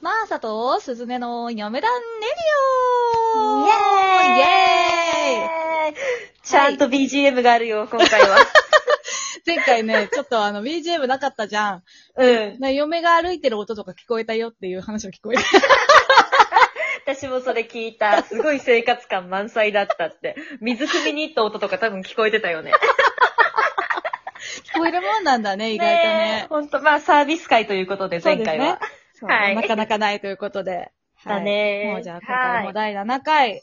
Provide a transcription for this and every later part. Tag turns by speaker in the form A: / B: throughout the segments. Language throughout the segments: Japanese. A: マーサとスズメの嫁団ネ
B: イ
A: ジオ
B: エーイ
A: イエーイ
B: ちゃんと BGM があるよ、今回 は。
A: 前回ね、ちょっとあの BGM なかったじゃん。
B: うん。
A: ね嫁が歩いてる音とか聞こえたよっていう話を聞こえた。
B: 私もそれ聞いた。すごい生活感満載だったって。水汲みに行った音とか多分聞こえてた よね。
A: 聞こえるもんなんだね、意外とね。
B: ほんと、まあサービス会ということで、前回は。
A: そう
B: はい
A: なかなかないということで。
B: だね
A: もうじゃあ今回も第7回。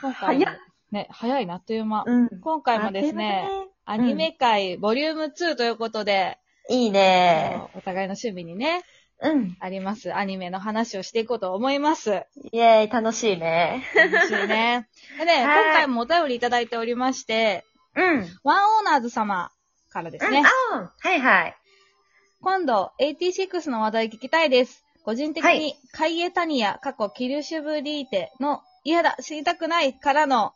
A: 今回も
B: 早っ
A: ね、早いな、あっという間。
B: うん。
A: 今回もですね、アニメ界ボリューム2ということで、
B: いい
A: あ
B: ね
A: のお互いの趣味にね、
B: うん。
A: あります。アニメの話をしていこうと思います。
B: イエーイ、楽しいね。
A: 楽しい ね。でね、
B: はい
A: 今回もお便りいただいておりまして、
B: うん。
A: ワンオーナーズ様からですね、
B: あーはいはい。
A: 今度、86の話題聞きたいです。個人的
B: は
A: に
B: い、
A: カイエタニア、過去、キリュシュブリーテの、嫌だ、知りたくないからの、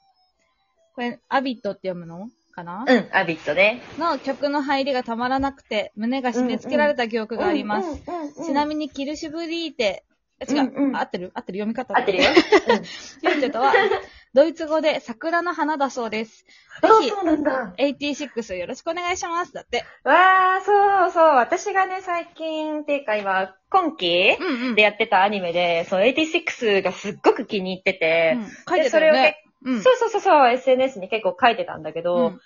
A: これ、アビットって読むのかな、
B: うん、アビットね。
A: の曲の入りがたまらなくて、胸が締め付けられた記憶があります。ちな
B: に。
A: みに、キルシュブリーテ、あ違う、
B: うんうん
A: 合ってる合ってる読み方
B: 合って るよ。
A: 読んでたは、ドイツ語で桜の花だそうです。
B: あ
A: ぜ
B: うなんだ。
A: ひ、86よろしくお願いします。だって。
B: わー、そうそう。私がね、最近、っていうか今、今期
A: うんうん。
B: でやってたアニメで、その86がすっごく気に入って
A: う
B: て
A: ん、、書いて
B: そ
A: た
B: れ
A: よ
B: を結
A: ね。うん。
B: そうそうそうそう、SNS に結構書いてたんだけど、
A: うん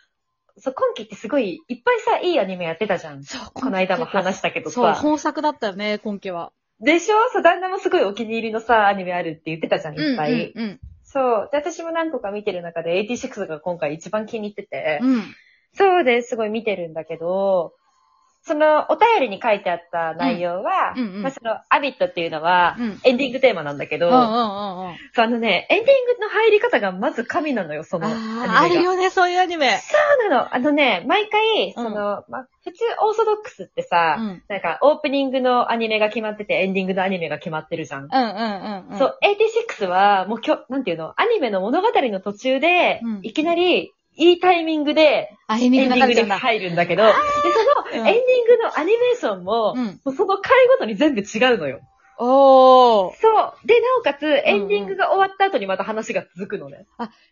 B: そう今期ってすごいいっぱいさ、いいアニメやってたじゃん。
A: そう、
B: この間も話したけど
A: そう、
B: さ。
A: 本作だったよね、今期は。
B: でしょそう、旦那もすごいお気に入りのさ、アニメあるって言ってたじゃん、いっぱい。
A: うんうん
B: そう。で、私も何個か見てる中で86が今回一番気に入ってて、
A: うん。うん。
B: そうです、すごい見てるんだけど、そのお便りに書いてあった内容は、
A: うんうんうん
B: まあ、そのアビットっていうのは、
A: うん
B: エンディングテーマなんだけど、
A: うんうんうんうん。
B: そうあのね、エンディングの入り方がまず神なのよ、そのアニメ
A: あ
B: が。
A: あ、あるよね、そういうアニメ。
B: そうなの。あのね、毎回、その、まあ、普通オーソドックスってさ、
A: うん。うん
B: なんかオープニングのアニメが決まってて、エンディングのアニメが決まってるじゃん。
A: うんうんうん。
B: そ。う、86は、もうきょ、なんていうの、アニメの物語の途中で、
A: うん
B: いきなり、いいタイミングで、
A: あ、エミ
B: エ
A: リ
B: ンデ
A: が
B: ィ
A: 流
B: ング
A: れちゃ
B: に
A: うんだ。
B: 入るんだけど、で、
A: うん
B: その、エンディングのアニメーションも、
A: う
B: も
A: ん。
B: うその回ごとに全部違うのよ。
A: おー。
B: そう。で、なおかつ、エンディングが終わった後にまた話が続くのね。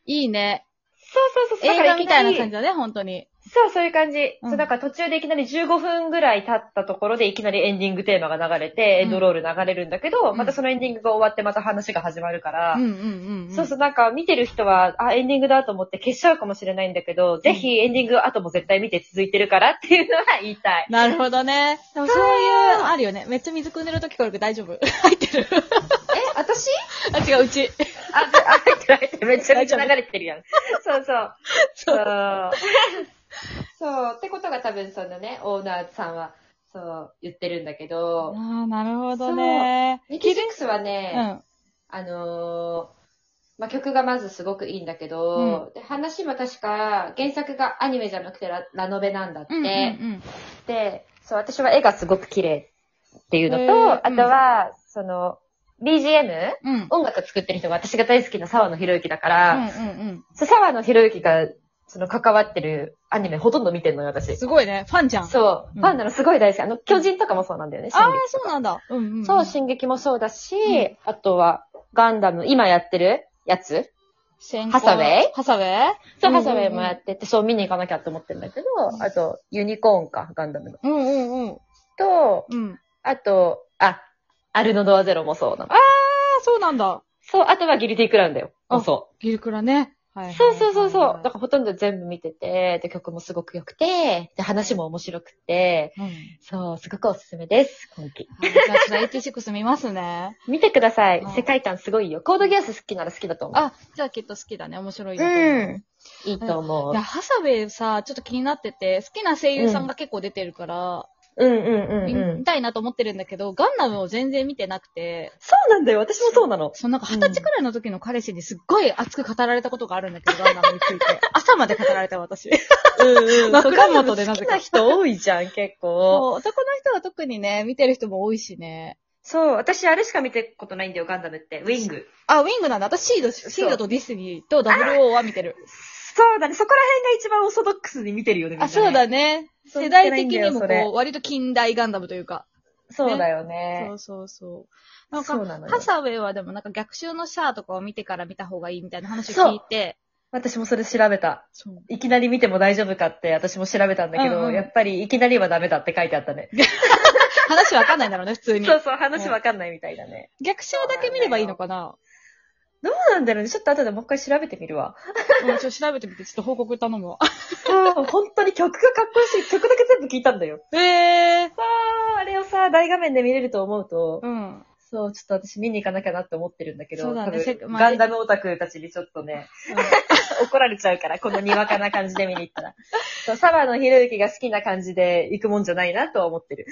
A: いいね。
B: そうそうそう。
A: 映画みたいな感じ
B: じ。
A: だね、本当に。
B: そう、そういう感じ。
A: うん
B: そう、だから途中でいきなり15分ぐらい経ったところでいきなりエンディングテーマが流れて、エンドロール流れるんだけど、
A: うん
B: またそのエンディングが終わってまた話が始まるから、
A: うんうんうん。
B: そうそう、なんか見てる人は、あ、エンディングだと思って消しちゃうかもしれないんだけど、ぜひエンディング後も絶対見て続いてるからっていうのは言いたい。
A: なるほどね。でもそういう、あるよね。めっちゃ水汲んでるときこれ大丈夫。 入ってる。
B: え、私
A: あ、違う、うち。
B: あ、であ、入ってる入ってる。めちゃめちゃ流れてるやん。そうそう。
A: そう。
B: そう。ってことが多分そのね、オーナーさんは、そう、言ってるんだけ
A: あ
B: ど、
A: ーなるほどね。
B: ミキシックスは
A: う
B: ね、
A: ん。
B: あのーまあ、曲がまずすごくいいんだけど、で話も確か原作がアニメじゃなくてララノベなんだって、
A: うんうんうん。
B: で、そう、私は絵がすごく綺麗っていうのと、
A: へー
B: あとは、その、BGM?
A: うん。うん
B: 音楽作ってる人が私が大好きな沢野博之だか
A: う
B: ら、
A: ん
B: そう沢野博之が、その関わってるアニメほとんど見てんのよ、
A: うん。
B: 私。
A: すごいね。ファンじゃん。
B: そうう、
A: ん
B: ファンなのすごい大好き。あの、巨人とかもそうなんだよね、進
A: ああ
B: 撃、
A: そうなんだ。うんうんん。
B: そう、進撃もそうだし、
A: ん
B: あとは、ガンダム、今やってるやつ
A: 先行
B: ハサウェイ
A: ハサウェイ
B: そう、
A: うんうんうん
B: ハサウェイもやってて、そう見に行かなきゃって思ってるんだけど、あと、ユニコーンか、ガンダムの。
A: うんうんうん。
B: と、
A: うん。あ
B: あと、あ、アルノドアゼロもそうなの。
A: あ、そうなんだ。
B: そう、あとはギルティークラウンだよ。
A: あ
B: もうそ
A: ギルクラね。は
B: う。
A: い。
B: そうそうそうそう。だ
A: だ
B: からほとんど全部見てて、で、曲もすごく良くて、で、話も面白くて、
A: うん。
B: そう、すごくおすすめです、今季。
A: はいじゃあ、ちょっと86見ますね。
B: 見てください
A: うん。
B: 世界観すごいよ。コードギアス好きなら好きだと思う。
A: あ、じゃあきっと好きだね。面白いね。
B: うん。いいと思
A: いうや、。ハサウェイさ、ちょっと気になってて、好きな声優さんが結構出てるから、
B: うんうんうん
A: 見
B: うん
A: 見。たいなと思ってるんだけど、ガンダムを全然見てなくて、
B: そうなんだよ。私もそうなの。
A: そのなんか二十歳くらいの時の彼氏にすっごい熱く語られたことがあるんだけど、ガンダムにつ いて。朝まで語られた私。
B: うん
A: そう
B: 枕
A: ガンダム
B: 元
A: で
B: で
A: な
B: な
A: ぜか
B: ぜか。好きな人多いじゃん、結構。
A: そう男の人は特にね、見てる人も多いしね。
B: そう、私あれしか見てことないんだよ、ガンダムって。ウィング。
A: あ、ウィングなんだ。私シード、シードとディスニーと WO は見てる。
B: そうだね。そこら辺が一番オーソドックスに見てるよね、みんな
A: あ、
B: ね
A: そうだね。
B: そう
A: 世代的にも
B: それ
A: こう、割と近代ガンダムというか。
B: そうだよね
A: そ。うそうそう。なん
B: そ
A: か、
B: うなのよ
A: ハ。サウェイはでもなんか逆襲のシャアとかを見てから見た方がいいみたいな話を聞いて、
B: 私もそれ調べた。
A: そう。
B: いきなり見ても大丈夫かって私も調べたんだけど、
A: うんうん
B: やっぱりいきなりはダメだって書いてあったね。
A: 話わかんないんだろうね、普通に。
B: そうそう、話わかんないみたいだね。
A: 逆襲だけ見ればいいのかな
B: どうなんだろうね。ちょっと後でもう一回調べてみるわ。
A: うん、ちょっと調べてみて、ちょっと報告頼む わ。
B: そう、本当に曲がかっこいいし、曲だけ全部聞いたんだよ。
A: ええ
B: さあ、あれをさ、大画面で見れると思うと、
A: うん。
B: そう、ちょっと私見に行かなきゃなって思ってるんだけど、
A: そうだね
B: 多分
A: せっかまあ
B: ガンダムオタクたちにちょっとね、怒られちゃうから、このにわかな感じで見に行っ たら。そう、サバのひろゆきが好きな感じで行くもんじゃないなとは思ってる。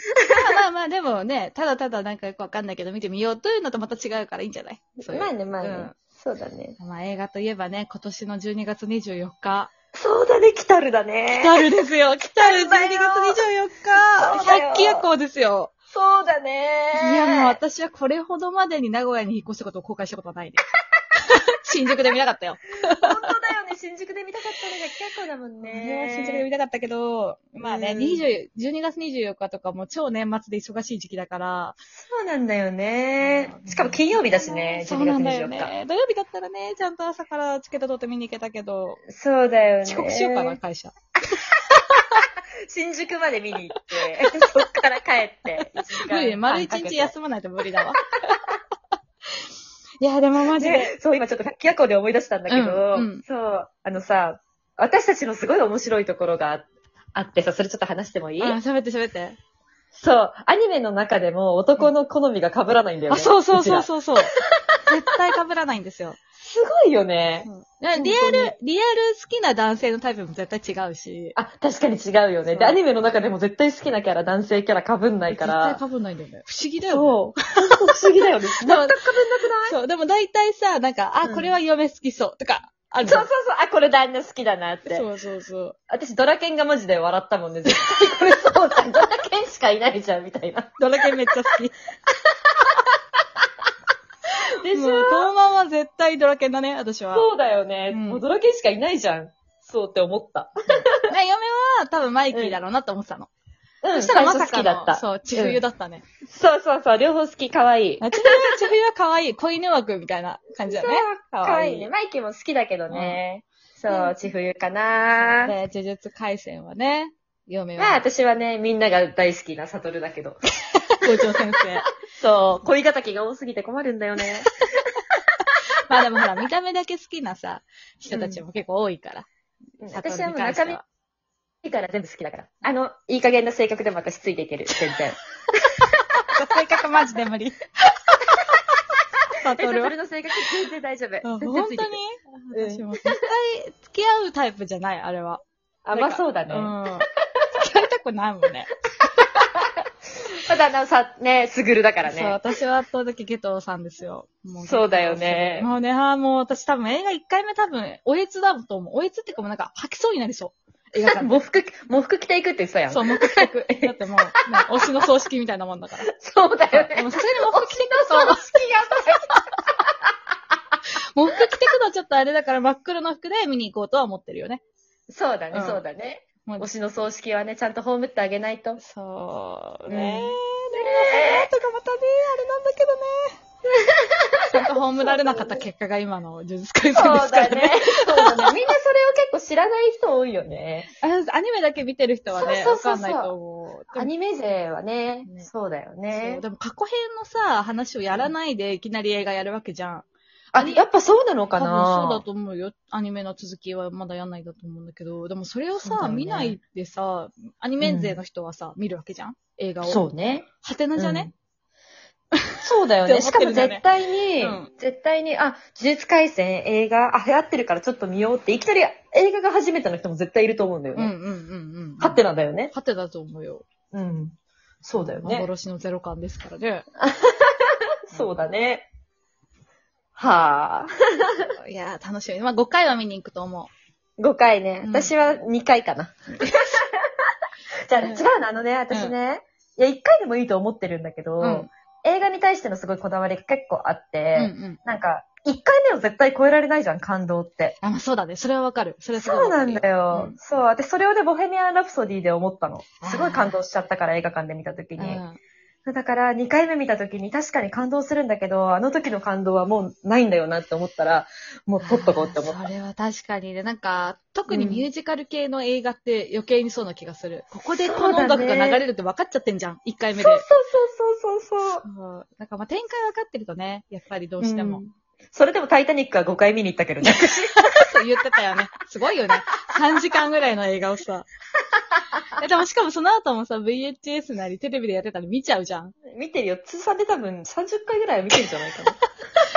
A: まあまあまあ、でもね、ただただなんかよくわかんないけど見てみようというのとまた違うからいいんじゃないそういう
B: まあね、まあね。
A: うん
B: そうだね。
A: まあ映画といえばね、今年の12月24日。
B: そうだね、来たるだね。
A: 来たるですよ来たる !12
B: 来たるだよそうだ
A: 月24日
B: よ
A: !100 期夜行ですよ
B: そうだね。
A: いやもう私はこれほどまでに名古屋に引っ越したことを後悔したことはないね。新宿で見なかったよ。
B: 本当だよね、新宿で見たかったのが結構だもん
A: ね
B: ね。
A: 新宿で見たかったけど、まあね、
B: うん
A: 20 12月24日とかもう超年末で忙しい時期だから。
B: そうなんだよね。しかも金曜日だしね、
A: そう
B: 12
A: な
B: 月
A: んだよ
B: 24日。
A: ね。土曜日だったらね、ちゃんと朝からチケット取って見に行けたけど、
B: そうだよね。
A: 遅刻しようかな、。会社。
B: 新宿まで見に行って、 そっから帰って。
A: 無理、丸一日休まないと無理だわ。 いや、でもマ
B: む
A: ジで。
B: そう、今ちょっと楽器夜行で思い出したんだけ
A: う
B: ど、
A: んうん
B: そう、あのさ、私たちのすごい面白いところがあってさ、それちょっと話してもいい、
A: うん、喋って喋って。
B: そう、アニメの中でも男の好みが被らないんだよね。
A: あ、そうそうそう
B: うちら。
A: そうそう。絶対被らないんですよ。
B: すごいよね。
A: いやリア
B: 本当に
A: ル、リアル好きな男性のタイプも絶対違うし。
B: あ、確かに違うよね。
A: そう
B: で、アニメの中でも絶対好きなキャラ、男性キャラ被んないから。
A: 絶対被んないんだよね。不思議だよね。
B: そう。ほんと不思議だよね。全く被んなく
A: そう、でも大体さ、なんか、あ、
B: うん
A: これは嫁好きそう、とか、あ
B: ない
A: る
B: そうそうそう。あ、これ旦那好きだなって。
A: そうそうそう。
B: 私、ドラケンがマジで笑ったもんね。絶対これそうじゃん。ドラケンしかいないじゃん、みたいな。
A: ドラケンめっちゃ好き。
B: でし
A: もう、
B: ょ
A: このまま絶対ドラケンだね、私は。
B: そうだよね。
A: うん
B: もうドラケンしかいないじゃん。そうって思った。
A: ね嫁は多分マイキーだろうなって思ってたの。
B: う
A: そしたらまさ
B: 最初
A: か
B: 好きだっ
A: の、
B: た。
A: そう、千冬だったね。
B: そうそうそう。両方好き、可愛い。
A: あ千冬は、千冬は可愛い、子犬枠みたいな感じだね。
B: そう
A: 可愛い
B: マイキーも好きだけど。
A: うん
B: そう、千冬かな
A: で、呪術回戦はね、嫁
B: まあ
A: は、
B: 私はね、みんなが大好きなサトルだけど。
A: 校長先 生。
B: そう、恋敵が多すぎて困るんだよ ね。
A: まあでもほら、見た目だけ好きなさ、人たちも結構多いから。
B: 私
A: 悟
B: は
A: に
B: も
A: 関
B: う
A: して
B: 中身いいから全部好きだから。あの、いい加減な性格でも私ついていける、全然。
A: 性格マジで無理。
B: え、
A: 悟
B: サ
A: る
B: ト
A: わ
B: ル。の性格全然大丈夫。
A: 本当
B: 全
A: に
B: 然ついていけるうん
A: 私も絶対付き合うタイプじゃない、あれは。
B: あ、まあそうだね。
A: うん。付き合いたくないもんね。
B: ただあのさ、ね、すぐるだから
A: そう、
B: ね。
A: 私は圧倒的ゲトウさんですよ。も
B: そうだよね
A: もうね、あーもう私多分映画1回目多分、おえつだと思う。おえつっていうかもうなんか吐きそうになり そう。映画館で。
B: 喪服、喪服着ていくって言ってたやん。そ
A: そうう、目 的。だってもう、ね、推しの葬式みたいなもんだから。
B: だよ
A: で
B: ね。
A: もさすがに喪服着てくと、
B: 好きやった
A: 喪服着てくのちょっとあれだから真っ黒の服で見に行こうとは思ってるよね。
B: そうだ
A: う
B: ね、
A: ん
B: そうだね。
A: もう
B: 推しの葬式はね、ちゃんと葬ってあげないと。
A: そう
B: うん
A: ねえ、ねえ、とかまたね、あれなんだけどね。 ちゃんと葬られなかった結果が今の呪術廻戦ですからね。。
B: そうだね。みんなそれを結構知らない人多いよね。
A: あれアニメだけ見てる人はね、
B: そう
A: わ
B: そう
A: か
B: そうんそ
A: な
B: う
A: いと思う。
B: アニメ勢はね
A: ね、
B: そうだよ
A: そ
B: ね
A: う。でも過去編のさ、話をやらないでいきなり映画やるわけじゃん。
B: あ、やっぱそうなのか
A: 多分そう
B: な
A: だと思うよ。アニメの続きはまだやんないんだと思うんだけど、でもそれを
B: そうだ
A: さ、
B: よね
A: 見ないでさ、アニメ勢の人はさ、見るわけじゃん映画を。
B: そうね。
A: はてなじゃね、
B: そうだよね。
A: って
B: し
A: 思
B: か
A: って
B: も
A: るんだよね
B: 絶対に、
A: うん
B: 絶対に、あ、呪術廻戦、映画、あ、流行ってるからちょっと見ようって、いきなり映画が初めての人も絶対いると思うんだよ
A: うん
B: ね。
A: うんうんうん。
B: 勝手なんだよね。
A: はてだと思うよ。
B: うん。そうだよね。
A: 幻のゼロ感ですからね。
B: そうだね。は ぁ、
A: いやー、楽しみ。まあ、5回は見に行くと思
B: 5回ね。
A: うん
B: 私は2回かな。 じゃあ、
A: うん
B: 違うの、あのね、私ね、いや、1回でもいいと思ってるんだけど、
A: う。うん。
B: 映画に対してのすごいこだわりが結構あっ
A: う
B: て
A: ん、うん。
B: なんか、1回目を絶対超えられないじゃん、感動って。
A: あ、まあ、そうだね。それはわかる。それはすごい
B: そう
A: わか
B: な
A: る
B: んだよ。
A: うん
B: そう。私、それをね、ボヘミアン・ラプソディで思ったの
A: あー。
B: すごい感動しちゃったから、映画館で見たときに。
A: うん
C: だから、2回目見た時に確かに感動するんだけど、あの時の感動はもうないんだよなって思ったら、もう撮っとこうって思っ
A: あ
C: た。
A: ーそれは確かにね。なんか、特にミュージカル系の映画って余計にそうな気がする。ここでこの音楽が流れるって分かっちゃってんじゃん。1回目で。
C: そうそうそうそうそう。
A: そうなんかまあ展開分かってるとね、やっぱりどうしても。
C: んそれでもタイタニックは5回見に行ったけどね。
A: そう言ってたよね。すごいよね。3時間ぐらいの映画を さ。えでもしかもその後もさ、VHS なりテレビでやってたら見ちゃうじゃん。
C: 見てるよ。通算で多分30回ぐらいは見てるんじゃないか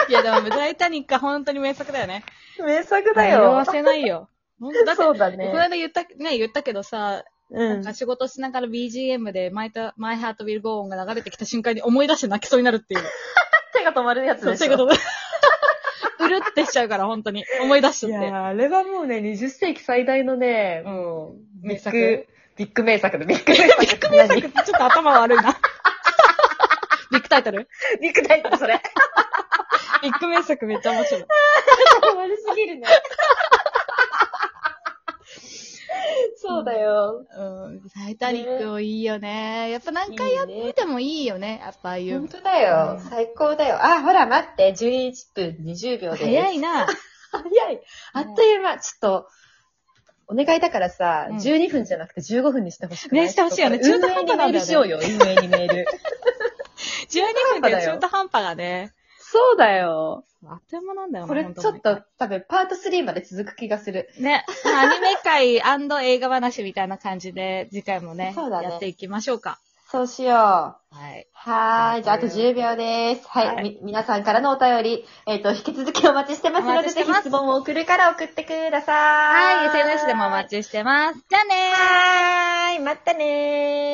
A: いやでも、タイタニックは本当に名作だよね。
C: な。 名作だ
A: 色
C: よ
A: 褪。せないよ。本当だって、
C: そうだ
A: この
C: ね。
A: 間言った、ね、言ったけどさ、
C: う
A: なん
C: ん
A: か。仕事しながら BGM で My, Ta- My Heart Will Go On が流れてきた瞬間に思い出して泣きそうになるっていう。
C: 手が止まるやつ
A: そう
C: で
A: そ
C: し
A: ういう
C: ょ。
A: こと。 うるってしちゃうから、本当に。思い出しち
C: いや
A: ゃって。
C: ーあれはもうね、20世紀最大のね、もう、ビ
A: 名
C: ッ
A: 作
C: グ、ビッグ名作だ、ビッグ名作。ビッグ
A: 名作ちょっと頭悪いな。ビッグタイトル
C: ビッグタイトル、それ。
A: ビッグ名作めっちゃ面白い。
C: 悪すぎる ね。そうだよ。
A: うん。タイタニックもいいよね。やっぱ何回やっ
C: いいね
A: てもいいよね。やっぱああい
B: 本
A: う。
B: 当だよ。
A: うん
B: 最高だよ。あ、ほら、待って。11分20秒です。
A: 早いな。
B: 早い。あっという間。ちょっと、お願いだからさ、
A: うん
B: 12分じゃなくて15分にしてほしくない
A: ねしてほしいよね
B: ちょっと
A: 中途半端なんだ
B: 運営にメール
A: よね
B: しようよ。運営にメ ール。
A: 12分って中途半端がね。
B: そうだよ。
A: あっという間なんだよな
B: これち
A: 本当
B: ょっ
A: に
B: と多分パート3まで続く気がする。
A: ね、まあアニメ界映画話みたいな感じで、次回もね
B: そうだね
A: やっていきましょうか。
B: そうしよう。
A: はい。
B: はーい。じゃあ、あと10秒です。はい。
A: はい
B: み、皆さんからのお便り、えっ、と、引き続きお待ちしてます
A: お
B: の
A: 待
B: で、
A: ちして
B: ぜひ
A: ます
B: 質問を送るから送ってください。
A: はい、SNS でもお待ちしてます。じゃあねー
B: はーい。またねー。